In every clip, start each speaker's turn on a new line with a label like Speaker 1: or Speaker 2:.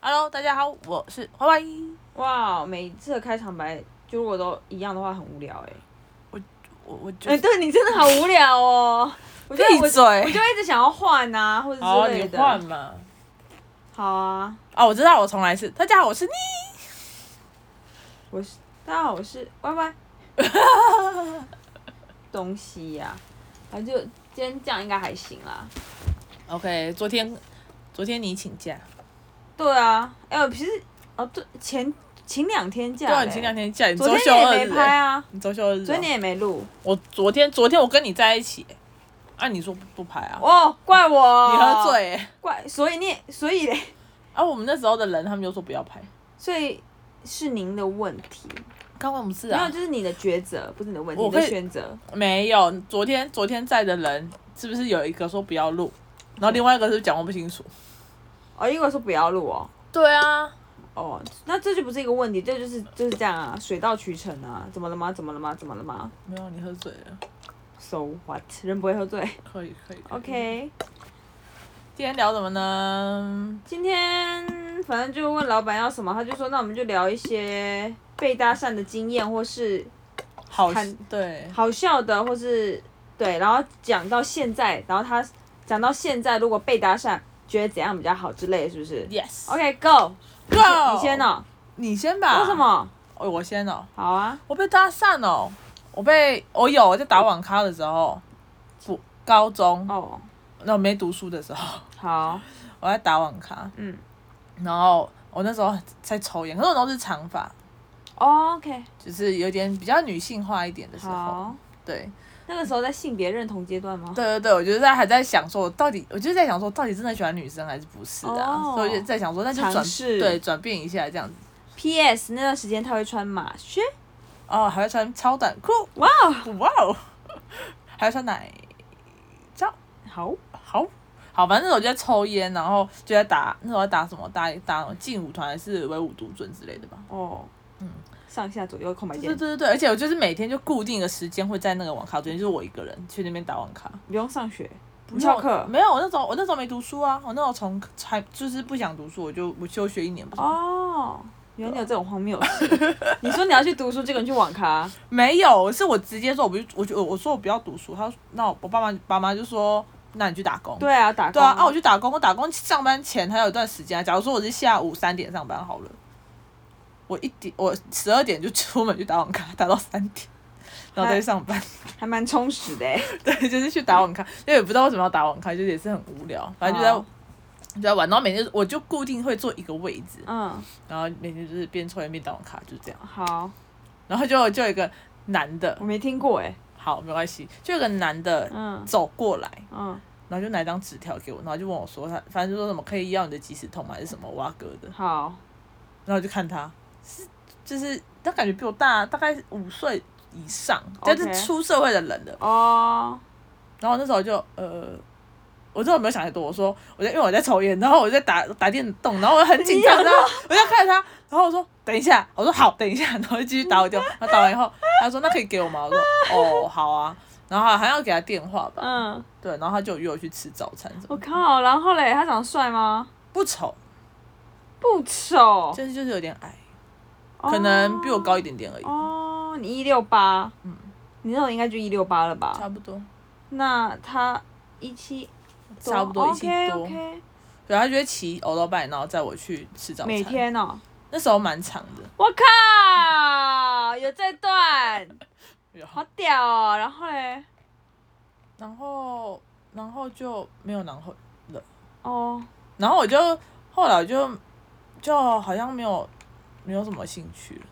Speaker 1: Hello，大家好，我是花花。
Speaker 2: 哇，每次的开场白就如果都一样的话，很无聊哎、
Speaker 1: 我我觉
Speaker 2: 哎、
Speaker 1: 得
Speaker 2: 对你真的好无聊哦。我就我
Speaker 1: 闭
Speaker 2: 就我
Speaker 1: 嘴
Speaker 2: 就，一直想要换啊，或者
Speaker 1: 好，
Speaker 2: 之
Speaker 1: 你
Speaker 2: 类的。
Speaker 1: 换嘛。
Speaker 2: 好啊，
Speaker 1: 哦，我知道，我重来一次。大家好，我是你。
Speaker 2: 我是大家好，我是歪 歪。东西呀、啊，就今天这样应该还行啦。
Speaker 1: OK，昨天昨天你请假，
Speaker 2: 对啊，哎、我其实哦，对，前前两天假、
Speaker 1: 对啊，你请两
Speaker 2: 天，
Speaker 1: 天假，你
Speaker 2: 昨
Speaker 1: 周
Speaker 2: 天
Speaker 1: 休
Speaker 2: 你
Speaker 1: 二
Speaker 2: 也
Speaker 1: 日
Speaker 2: 没拍
Speaker 1: 欸，
Speaker 2: 啊，
Speaker 1: 你周休二日哦。
Speaker 2: 昨天你也没录。
Speaker 1: 我昨天昨天我跟你在一起欸，啊，你说不不拍啊？
Speaker 2: 哦，怪我，
Speaker 1: 你喝，醉欸，
Speaker 2: 怪，所以你也，所以嘞，
Speaker 1: 啊，我们那时候的人他们就说不要拍，
Speaker 2: 所以是您的问题。
Speaker 1: 刚刚不是
Speaker 2: 没有，
Speaker 1: 啊？
Speaker 2: 就是你的抉择，不是你的问题，
Speaker 1: 我
Speaker 2: 你的
Speaker 1: 会
Speaker 2: 选择。
Speaker 1: 没有，昨天昨天在的人是不是有一个说不要录，然后另外一个是讲我不清楚？
Speaker 2: 哦，因为说不要录哦，
Speaker 1: 对啊，
Speaker 2: 哦，那这就不是一个问题，这就是就是这样啊，水到渠成啊，怎么了吗？怎么了吗？怎么了吗
Speaker 1: 没有，你喝醉了，
Speaker 2: ？So what？人不会喝醉。
Speaker 1: 可以可以。可以
Speaker 2: OK，
Speaker 1: 今天聊什么呢？
Speaker 2: 今天反正就问老板要什么，他就说那我们就聊一些被搭讪的经验，或是
Speaker 1: 好
Speaker 2: 看
Speaker 1: 对，
Speaker 2: 好笑的，或是对，然后讲到现在，然后他讲到现在，如果被搭讪，觉得怎样比较好之类的，是不是
Speaker 1: Yes，
Speaker 2: ？OK，Go，、
Speaker 1: go，
Speaker 2: 哦你先，哦，
Speaker 1: 你先吧。
Speaker 2: 为什？么？
Speaker 1: 哦，我先哦，
Speaker 2: 好啊。
Speaker 1: 我被搭讪哦，我被我有我在打网咖的时候，不，高中
Speaker 2: 哦，
Speaker 1: 那我没读书的时候，
Speaker 2: 好，
Speaker 1: 我在打网咖，
Speaker 2: 嗯
Speaker 1: 然后我那时候在抽烟，可是我都是长发，
Speaker 2: 哦，OK，
Speaker 1: 就是有点比较女性化一点的时候，
Speaker 2: 好。
Speaker 1: 对，
Speaker 2: 那个时候在性别认同阶段吗？
Speaker 1: 对对对，我就是在还在想说，我到底，我就是在想说，到底真的喜欢女生还是不是啊？
Speaker 2: 哦
Speaker 1: 所以我就在想说，那就转
Speaker 2: 尝试
Speaker 1: 对转变一下这样子。
Speaker 2: P.S. 那段时间他会穿马靴，
Speaker 1: 哦，还会穿超短裤，
Speaker 2: 哇哦，
Speaker 1: 哇哦， 还会穿奶罩，
Speaker 2: 好，
Speaker 1: 好好，反正我就在抽烟，然后就在打，那时候在打什么？打打那种劲舞团还是唯舞独尊之类的吧。
Speaker 2: 哦，嗯，上下左右空白
Speaker 1: 对
Speaker 2: 键
Speaker 1: 对，对对，而且我就是每天就固定的时间会在那个网咖中间，就是我一个人去那边打网咖。
Speaker 2: 不用上学，不
Speaker 1: 你
Speaker 2: 翘课，
Speaker 1: 没有，我那时候我那时候没读书啊，我那时候从才就是不想读书，我就我休学一年不是吗
Speaker 2: 哦，原来你有这种荒谬的事。你说你要去读书，结果你去 网咖，
Speaker 1: 没有，是我直接说我不去，我就我我说我不要读书，他说那我我爸妈爸妈就说那你去打工。
Speaker 2: 对啊，打工
Speaker 1: 对啊，啊我去打工，我打工上班前还有一段时间啊。假如说我是下午三点上班好了，我一点我十二点就出门去打网咖，打到三点，然后再去上班。
Speaker 2: 还蛮充实的欸，
Speaker 1: 对，就是去打网咖，因为也不知道为什么要打网咖，就是也是很无聊，反正就
Speaker 2: 好
Speaker 1: 在。就在玩，然后每天我就固定会坐一个位置，
Speaker 2: 嗯，
Speaker 1: 然后每天就是边抽烟边打网咖，就这样。
Speaker 2: 好，
Speaker 1: 然后就就有一个男的
Speaker 2: 我，没听过哎，
Speaker 1: 好没关系，就有个男的
Speaker 2: 嗯
Speaker 1: 走过来，
Speaker 2: 嗯，
Speaker 1: 然后就拿一张纸条给我，然后就问我说他，反正就说什么可以要你的即时通吗还是什么蛙哥的，
Speaker 2: 好，
Speaker 1: 然后我就看他是就是他感觉比我大大概五岁以上，但
Speaker 2: OK
Speaker 1: 是出社会的人了。
Speaker 2: 哦，
Speaker 1: 然后那时候就呃，我知道我没有想太多，我说我在因为我在抽烟，然后我在打打电动，然后我很紧张，然后我就看着他，然后我说等一下，我说好， 等一下，然后就继续打我 电话，然后打完以后他说那可以给我吗？我说哦好啊，然后还要给他电话吧，
Speaker 2: 嗯，
Speaker 1: 对，然后他就约我去吃早餐，什
Speaker 2: 我
Speaker 1: 么
Speaker 2: 靠，然后嘞，他长得帅吗？
Speaker 1: 不丑，
Speaker 2: 不丑，
Speaker 1: 就是就是有点矮，可能比我高一点点而已，
Speaker 2: 哦，你一六八，嗯，你那种应该就一六八了吧？
Speaker 1: 差不多。
Speaker 2: 那他一七哦
Speaker 1: 差不多一起多
Speaker 2: o k
Speaker 1: 对，他就会骑欧罗拜，然后载我去吃早餐。
Speaker 2: 每天哦，
Speaker 1: 那时候蛮长的，
Speaker 2: 我靠，有这段，
Speaker 1: 然后
Speaker 2: 好屌哦！然后嘞，
Speaker 1: 然后然后就没有然后了。
Speaker 2: 哦，
Speaker 1: 然后我就后来我就就好像没有没有什么兴趣了，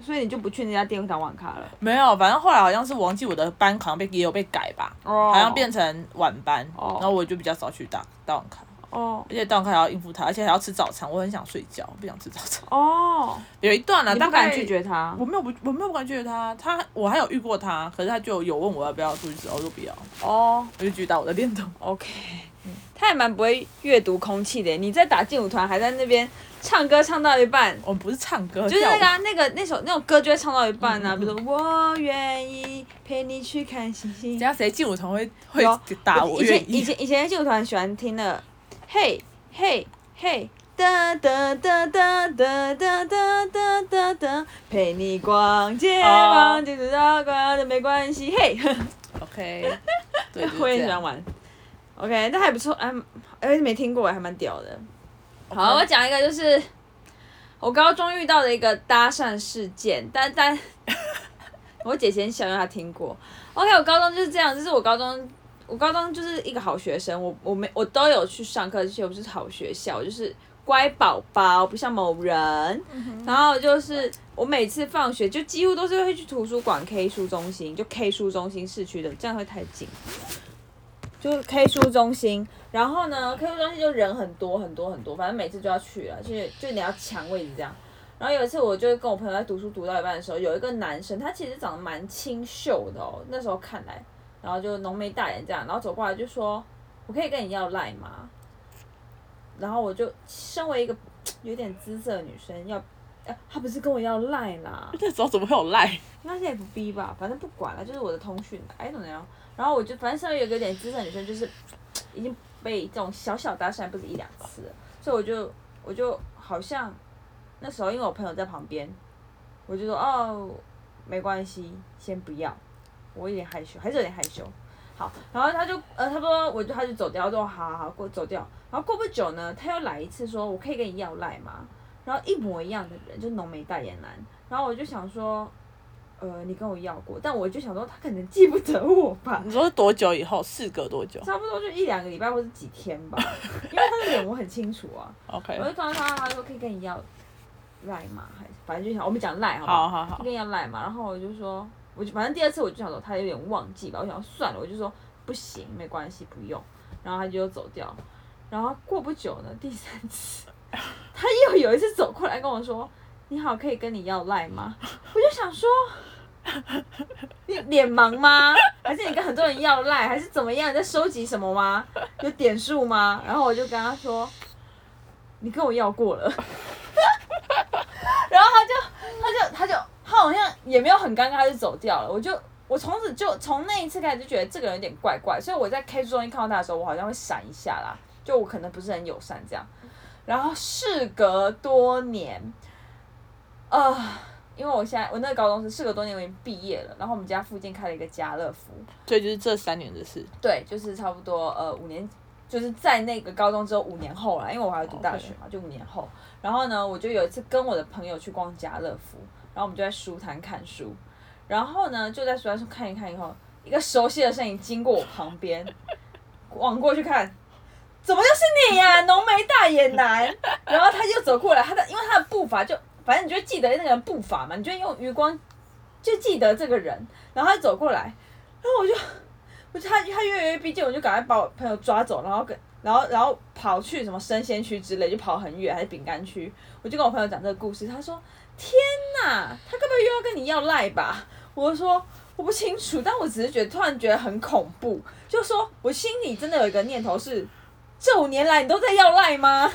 Speaker 2: 所以你就不去那家店打网咖了？
Speaker 1: 没有，啊反正后来好像是忘记我的班好像被也有被改吧，
Speaker 2: 哦
Speaker 1: 好像变成晚班，
Speaker 2: 哦
Speaker 1: 然后我就比较少去打打网咖。
Speaker 2: 哦
Speaker 1: 而且打网咖还要应付他，而且还要吃早餐，我很想睡觉，不想吃早餐。
Speaker 2: 哦，
Speaker 1: 有一段了，
Speaker 2: 你
Speaker 1: 啊大
Speaker 2: 不
Speaker 1: 概
Speaker 2: 敢拒绝他
Speaker 1: 我没有不，我没有感觉他，他我还有遇过他，可是他就有问我要不要出去吃，我说不要，
Speaker 2: 哦
Speaker 1: 我就举打我的电筒。
Speaker 2: ，OK，他
Speaker 1: 嗯
Speaker 2: 也蛮不会阅读空气的。你在打劲舞团，还在那边唱歌唱到一半，
Speaker 1: 我们不是唱歌，
Speaker 2: 就是那个、
Speaker 1: 跳嗯
Speaker 2: 啊、那个那首那种歌就会唱到一半啊，比如说我愿意陪你去看星星
Speaker 1: 舞。人。家谁进舞团会会
Speaker 2: 有
Speaker 1: 打我
Speaker 2: 以
Speaker 1: 愿
Speaker 2: 前以
Speaker 1: 意？
Speaker 2: 前以前就团喜欢听的，嘿嘿嘿哒哒哒哒哒哒哒哒哒哒，陪你逛街，
Speaker 1: 哦
Speaker 2: 逛街直到逛的没关系，嘿，
Speaker 1: OK，对，就是
Speaker 2: 我也
Speaker 1: 哦这
Speaker 2: 喜欢
Speaker 1: 样。
Speaker 2: 玩。OK，那还不错，哎，哎，没听过，还蛮屌的。好，我
Speaker 1: OK，
Speaker 2: 讲一个，就是我高中遇到的一个搭讪事件，但但我姐姐很小，因为她听过。OK，我高中就是这样，就是我高中，我高中就是一个好学生，我我没我都有去上课，而且我是好学校，我就是乖宝宝，不像某人。然后就是我每次放学就几乎都是会去图书馆、K 书中心，就 K 书中心市区的，这样会太近。就是 K 书中心，然后呢，K 书中心就人很多很多很多，反正每次就要去了，就是就你要抢位置这样。然后有一次，我就跟我朋友在读书读到一半的时候，有一个男生，他其实长得蛮清秀的哦，那时候看来，然后就浓眉大眼这样，然后走过来就说：“我可以跟你要赖吗？”然后我就身为一个有点姿色的女生，要，呃，他不是跟我要赖啦，
Speaker 1: 那时候怎么会有赖？
Speaker 2: 应该是 FB 吧，反正不管了，就是我的通讯，I don't know。然后我就反正身为有个有点资深的女生，就是已经被这种小小搭讪不止一两次了，所以我就我就好像那时候因为我朋友在旁边，我就说哦没关系，先不要，我有点害羞，还是有点害羞。好，然后他就呃，差不多我就他就走掉，我就说好好好过走掉。然后过不久呢，他又来一次说，我可以跟你要赖吗？然后一模一样的人，就浓眉大眼男。然后我就想说，呃，你跟我要过，但我就想说他可能记不得我吧，
Speaker 1: 你说是多久以后？事隔多久
Speaker 2: 差不多就一两个礼拜或者几天吧，因为他的脸我很清楚啊。
Speaker 1: ？OK，
Speaker 2: 我就看到他，他说可以跟你要赖吗？还是反正就想我们讲赖好不
Speaker 1: 好好
Speaker 2: 就
Speaker 1: 好，
Speaker 2: 跟人家赖嘛，然后我就说，我就反正第二次我就想说他有点忘记吧，我想说算了，我就说不行，没关系，不用，然后他就走掉。然后过不久呢， 第三次他又有一次走过来跟我说：“你好，可以跟你要赖吗？”我就想说，你脸盲吗？还是你跟很多人要赖，还是怎么样？你在收集什么吗？有点数吗？然后我就跟他说：“你跟我要过了。”然后他就他就他就他好像也没有很尴尬，他就走掉了。我就我从此就从那一次开始就觉得这个人有点怪怪，所以我在 K 书中心看到他的时候，我好像会闪一下啦，就我可能不是很友善这样。然后事隔多年，呃，因为我现在我那个高中是事隔多年我已经毕业了，然后我们家附近开了一个家乐福，
Speaker 1: 所以就是这三年的事。
Speaker 2: 对，就是差不多呃五年，就是在那个高中之后五年后啦，因为我还要读大学嘛就五年后。然后呢，我就有一次跟我的朋友去逛家乐福，然后我们就在书摊看书，然后呢就在书摊上看一看以后，一个熟悉的身影经过我旁边，往过去看。怎么又是你呀、浓眉大眼男？然后他就走过来，他的因为他的步伐就，反正你就会记得那个人步伐嘛，你就会用余光就记得这个人，然后他走过来，然后我就我就他他越来越逼近，我就赶快把我朋友抓走，然后跟然后然后跑去什么生鲜区之类，就跑很远，还是饼干区。我就跟我朋友讲这个故事，他说：“天哪，他该不会又要跟你要赖吧？”我就说：“我不清楚，但我只是觉得突然觉得很恐怖，就说我心里真的有一个念头是，这五年来你都在要赖吗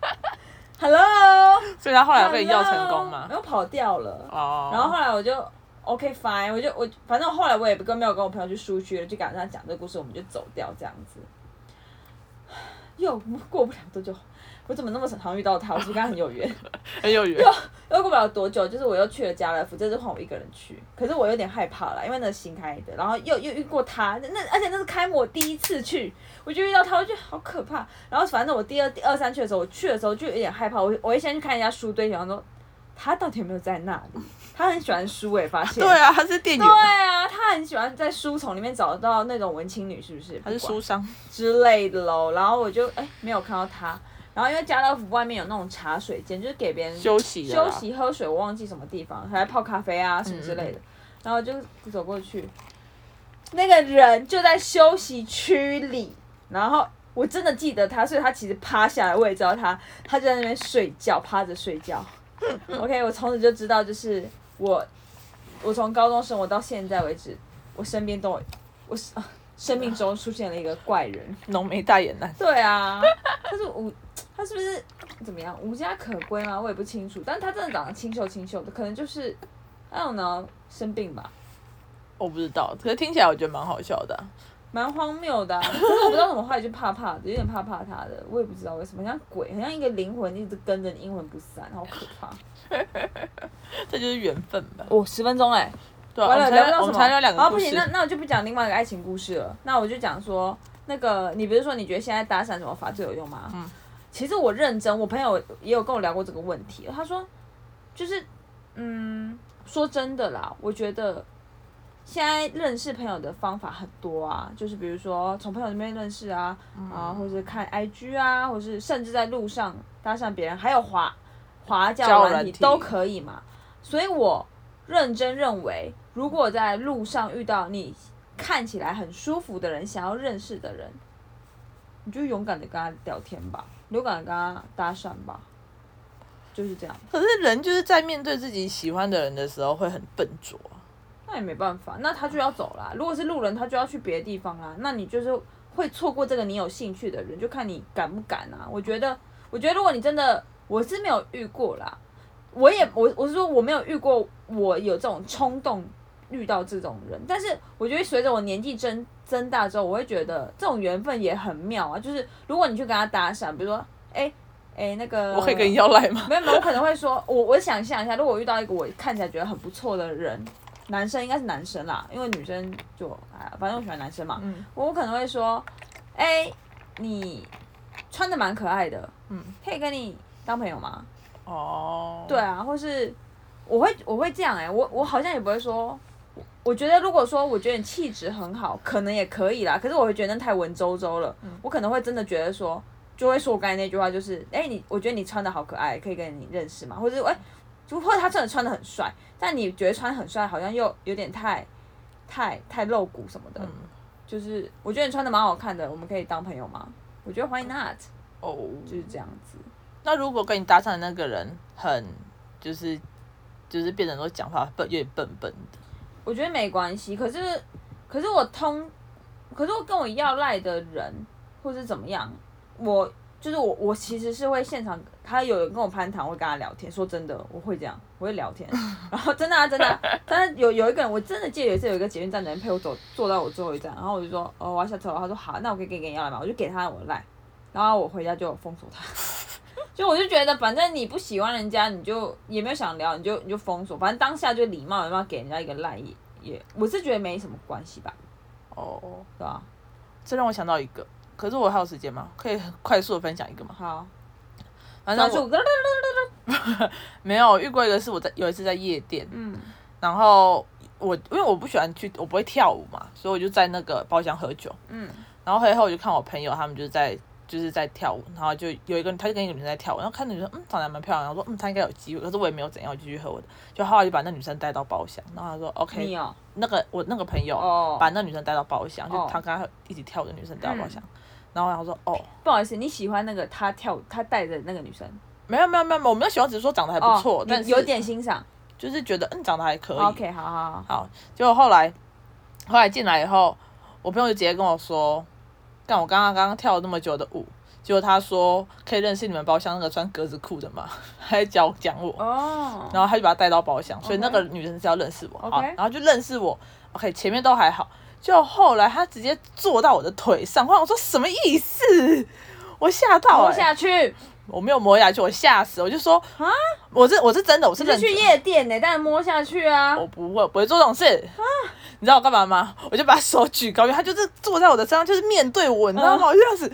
Speaker 2: ？”Hello，
Speaker 1: 所以他后来有被你要成功吗
Speaker 2: 然？后跑掉了。
Speaker 1: 哦，
Speaker 2: 嗯然后后来我就 OK fine，我就我反正后来我也不跟没有跟我朋友去书区了，就赶上讲这个故事，我们就走掉这样子。 又过不了多久，我怎么那么常遇到他？我是不是跟他很有缘？
Speaker 1: 很哎有缘。
Speaker 2: 又过不了多久，就是我又去了家乐福，这次换我一个人去，可是我有点害怕啦，因为那是新开的，然后又又遇过他，那那而且那是开幕我第一次去，我就遇到他，我就觉得好可怕。然后反正我第二第二三去的时候，我去的时候就有点害怕，我我会先去看一下书堆，想说他到底有没有在那里？他很喜欢书诶、发现。
Speaker 1: 对啊，他是店员
Speaker 2: 对，啊，他很喜欢在书丛里面找到那种文青女，是不是？
Speaker 1: 他是
Speaker 2: 不管
Speaker 1: 书商。
Speaker 2: 之类的喽。然后我就哎、没有看到他，然后因为家乐福外面有那种茶水间，就是给别人
Speaker 1: 休息的
Speaker 2: 休
Speaker 1: 啦
Speaker 2: 息喝水，我忘记什么地方，还在泡咖啡啊什么之类的，然后就走过去，那个人就在休息区里，然后我真的记得他，所以他其实趴下来，我也知道他，他就在那边睡觉，趴着睡觉。OK，我从此就知道，就是我，我从高中生活到现在为止，我身边都有，我是生命中出现了一个怪人。
Speaker 1: 浓眉大眼男，
Speaker 2: 对啊，他是无，他是不是怎么样无家可归吗？我也不清楚，但他真的长得清秀清秀的，可能就是，I don't know，生病吧。
Speaker 1: 我不知道，可是听起来我觉得蛮好笑的啊。
Speaker 2: 蛮荒谬 的、啊。可是我不知道怎么，后来就怕怕的，有点怕怕他的，我也不知道为什么，很像鬼，很像一个灵魂一直跟着你，阴魂不散，好可怕。
Speaker 1: 这就是缘分吧。
Speaker 2: 哦，十分钟哎，
Speaker 1: 对啊，我
Speaker 2: 完了
Speaker 1: 们
Speaker 2: 聊
Speaker 1: 才
Speaker 2: 到
Speaker 1: 我
Speaker 2: 什
Speaker 1: 们
Speaker 2: 么？
Speaker 1: 才聊两
Speaker 2: 啊，
Speaker 1: 个
Speaker 2: 不
Speaker 1: 故
Speaker 2: 行，那
Speaker 1: 事，
Speaker 2: 那我就不讲另外一个爱情故事了。那我就讲说，那个你不是说你觉得现在打伞怎么罚最有用吗？
Speaker 1: 嗯。
Speaker 2: 其实我认真，我朋友也有跟我聊过这个问题，他说，就是，嗯，说真的啦，我觉得现在认识朋友的方法很多啊，就是比如说从朋友那边认识啊，啊，或者看 IG 啊，或是甚至在路上搭讪别人，还有滑滑
Speaker 1: 交
Speaker 2: 教
Speaker 1: 友
Speaker 2: 软
Speaker 1: 软
Speaker 2: 体
Speaker 1: 体
Speaker 2: 都可以嘛。所以我认真认为，如果在路上遇到你看起来很舒服的人，想要认识的人，你就勇敢的跟他聊天吧，勇敢的跟他搭讪吧，就是这样。
Speaker 1: 可是人就是在面对自己喜欢的人的时候会很笨拙啊。
Speaker 2: 那也没办法，那他就
Speaker 1: 嗯
Speaker 2: 要走啦。如果是路人，他就要去别的地方啦。那你就是会错过这个你有兴趣的人，就看你敢不敢啊。我觉得，我觉得如果你真的，我是没有遇过啦，我
Speaker 1: 嗯
Speaker 2: 也我我是说我没有遇过，我有这种冲动遇到这种人。但是我觉得随着我年纪增增大之后，我会觉得这种缘分也很妙啊。就是如果你去跟他搭讪，比如说，哎、哎、那个，
Speaker 1: 我可以跟你要赖吗？
Speaker 2: 没有没有，我可能会说，我我想象一下，如果我遇到一个我看起来觉得很不错的人，男生应该是男生啦，因为女生就哎呀，反正我喜欢男生嘛，
Speaker 1: 嗯
Speaker 2: 我我可能会说，哎、你穿的蛮可爱的，
Speaker 1: 嗯，
Speaker 2: 可以跟你当朋友吗？
Speaker 1: 哦，
Speaker 2: 对，啊，或是我会我会这样哎、我我好像也不会说。我觉得如果说我觉得你气质很好，可能也可以啦。可是我会觉得那太文绉绉了，我可能会真的觉得说，就会说我刚才那句话，就是哎、你我觉得你穿的好可爱，可以跟你认识吗？或者哎、就或者他真的穿的很帅，但你觉得穿得很帅好像又有点太太太露骨什么的。
Speaker 1: 嗯
Speaker 2: 就是我觉得你穿的蛮好看的，我们可以当朋友吗？我觉得 why not
Speaker 1: 哦，
Speaker 2: 就是这样子。
Speaker 1: 那如果跟你搭讪的那个人很就是就是变成说讲话笨，有点笨笨的，
Speaker 2: 我觉得没关系。可是，可是我通，可是我跟我要赖的人，或是怎么样，我就是我，我其实是会现场，他有人跟我攀谈，我会跟他聊天。说真的，我会这样，我会聊天。然后真的啊，真的、啊，但是有有一个人，我真的记得有一次有一个捷运站的人陪我走，坐到我最后一站，然后我就说，哦，我要下车了。他说好，那我可以给你要赖吗？我就给他我的赖，然后我回家就封锁他。就我就觉得，反正你不喜欢人家，你就也没有想聊，你就你就封锁，反正当下就礼貌，有没有给人家一个赖也也，我是觉得没什么关系吧，
Speaker 1: 哦，
Speaker 2: 对吧、
Speaker 1: 这让我想到一个，可是我还有时间吗？可以很快速的分享一个吗？
Speaker 2: 好，
Speaker 1: 反正
Speaker 2: 然
Speaker 1: 我
Speaker 2: 后就
Speaker 1: 没有遇过一个是我在有一次在夜店，
Speaker 2: 嗯
Speaker 1: 然后我因为我不喜欢去，我不会跳舞嘛，所以我就在那个包厢喝酒，
Speaker 2: 嗯
Speaker 1: 然后回后我就看我朋友他们就是在就是在跳舞，然后就有一个他就跟一个女生在跳舞，然后看那女生嗯长得还蛮漂亮，然后说嗯她应该有机会，可是我也没有怎样，我就继续喝我的，就后来就把那女生带到包厢，然后他说 OK，
Speaker 2: 你哦
Speaker 1: 那个我那个朋友
Speaker 2: 哦，
Speaker 1: 把那女生带到包厢，就
Speaker 2: 哦嗯
Speaker 1: 他跟他一起跳舞的女生带到包厢，然后他说哦。
Speaker 2: 不好意思，你喜欢那个他跳他带的那个女生，
Speaker 1: 没有没有没有，没有我没有喜欢，只是说长得还啊不错，
Speaker 2: 哦
Speaker 1: 但
Speaker 2: 你
Speaker 1: 是
Speaker 2: 有点哦欣赏
Speaker 1: 就是觉得嗯长得还可以。
Speaker 2: ，OK，好好好，
Speaker 1: 好，结果后来后来进来以后，我朋友就直接跟我说，干我刚刚刚刚跳了那么久的舞，结果他说可以认识你们包厢那个穿格子裤的 嘛，还教讲我，
Speaker 2: 哦，
Speaker 1: 然后他就把他带到包厢，所以
Speaker 2: OK
Speaker 1: 那个女生是要认识我好
Speaker 2: OK
Speaker 1: 然后就认识我，OK，前面都还好，就后来他直接坐到我的腿上，我想说什么意思？我吓到、
Speaker 2: 拖
Speaker 1: 欸，
Speaker 2: 下去，
Speaker 1: 我没有磨牙去，我吓死，我就说啊，我是我是真的，我是
Speaker 2: 只
Speaker 1: 认
Speaker 2: 是
Speaker 1: 真哦
Speaker 2: 去夜店呢，当然摸下去啊，
Speaker 1: 我不会，我不会做这种事。你知道我干嘛吗？我就把手举高，因为他就是坐在我的身上，就是面对我，你知道
Speaker 2: 嗯
Speaker 1: 吗？我就这样子，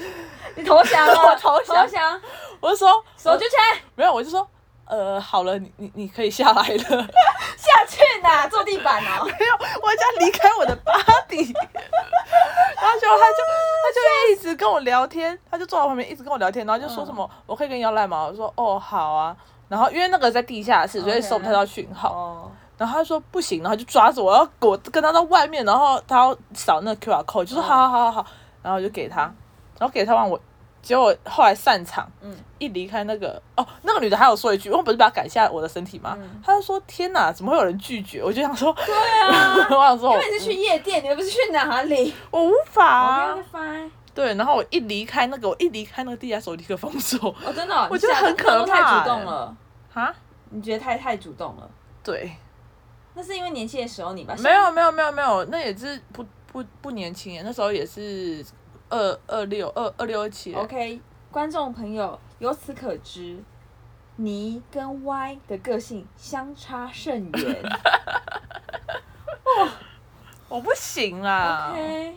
Speaker 2: 你投降
Speaker 1: 我
Speaker 2: 哦，
Speaker 1: 投降
Speaker 2: 投降，
Speaker 1: 我就说呃
Speaker 2: 手举起来，
Speaker 1: 没有，我就说呃，好了，你你你可以下来 了。
Speaker 2: 下去呐，坐地板哦。
Speaker 1: 没有，我就要离开我的 body。然后就他就他就一直跟我聊天，他就坐在我旁边一直跟我聊天，然后就说什
Speaker 2: 嗯
Speaker 1: 么、我可以跟你要赖吗？我说哦好啊。然后因为那个在地下室，所以
Speaker 2: OK
Speaker 1: 收不太到讯号。
Speaker 2: 哦，
Speaker 1: 然后他说不行，然后就抓着我要我跟他到外面，然后他要扫那个 QR code，就说
Speaker 2: 嗯
Speaker 1: 好好好好好，然后我就给他，然后给他完我，结果后来散场，
Speaker 2: 嗯
Speaker 1: 一离开那个哦，那个女的还有说一句，因为我不是把她赶下我的身体吗？
Speaker 2: 嗯
Speaker 1: 她就说天哪，怎么会有人拒绝？我就想说，
Speaker 2: 对 啊
Speaker 1: 我想说
Speaker 2: 因
Speaker 1: 我
Speaker 2: 为你是去夜店，你又不是去哪里。
Speaker 1: 我无法、啊
Speaker 2: OK，OK，，fine
Speaker 1: 对，然后我一离开那个，我一离开那个地下室，我立刻封锁
Speaker 2: 哦，真的哦，
Speaker 1: 我觉得很可怕
Speaker 2: 你太主动了，
Speaker 1: 啊，
Speaker 2: 你觉得太太主动了？
Speaker 1: 对，
Speaker 2: 那是因为年轻的时候你吧？
Speaker 1: 没有没有没有没有，那也是不不不不年轻耶，那时候也是二二六二二六二七耶。
Speaker 2: OK，观众朋友，由此可知，你跟 Y 的个性相差甚远。
Speaker 1: 我不行啦
Speaker 2: OK，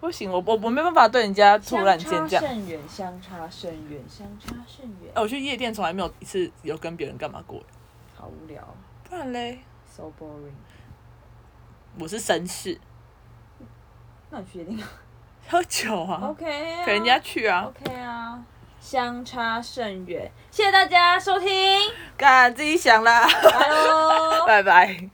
Speaker 1: 不行，我我我没办法对人家突然间
Speaker 2: 相
Speaker 1: 这
Speaker 2: 差
Speaker 1: 样。
Speaker 2: 甚远，相差甚远，相差甚远
Speaker 1: 哎、，我去夜店从来没有一次有跟别人干嘛过耶，
Speaker 2: 好无聊
Speaker 1: 不然嘞，
Speaker 2: ，so boring。
Speaker 1: 我是绅士，
Speaker 2: 那你去夜店干嘛
Speaker 1: 喝酒啊，
Speaker 2: ？OK，啊
Speaker 1: 陪人家去啊，
Speaker 2: OK 啊，相差甚远。谢谢大家收听，
Speaker 1: 干自己想啦，
Speaker 2: 拜喽。
Speaker 1: 拜拜。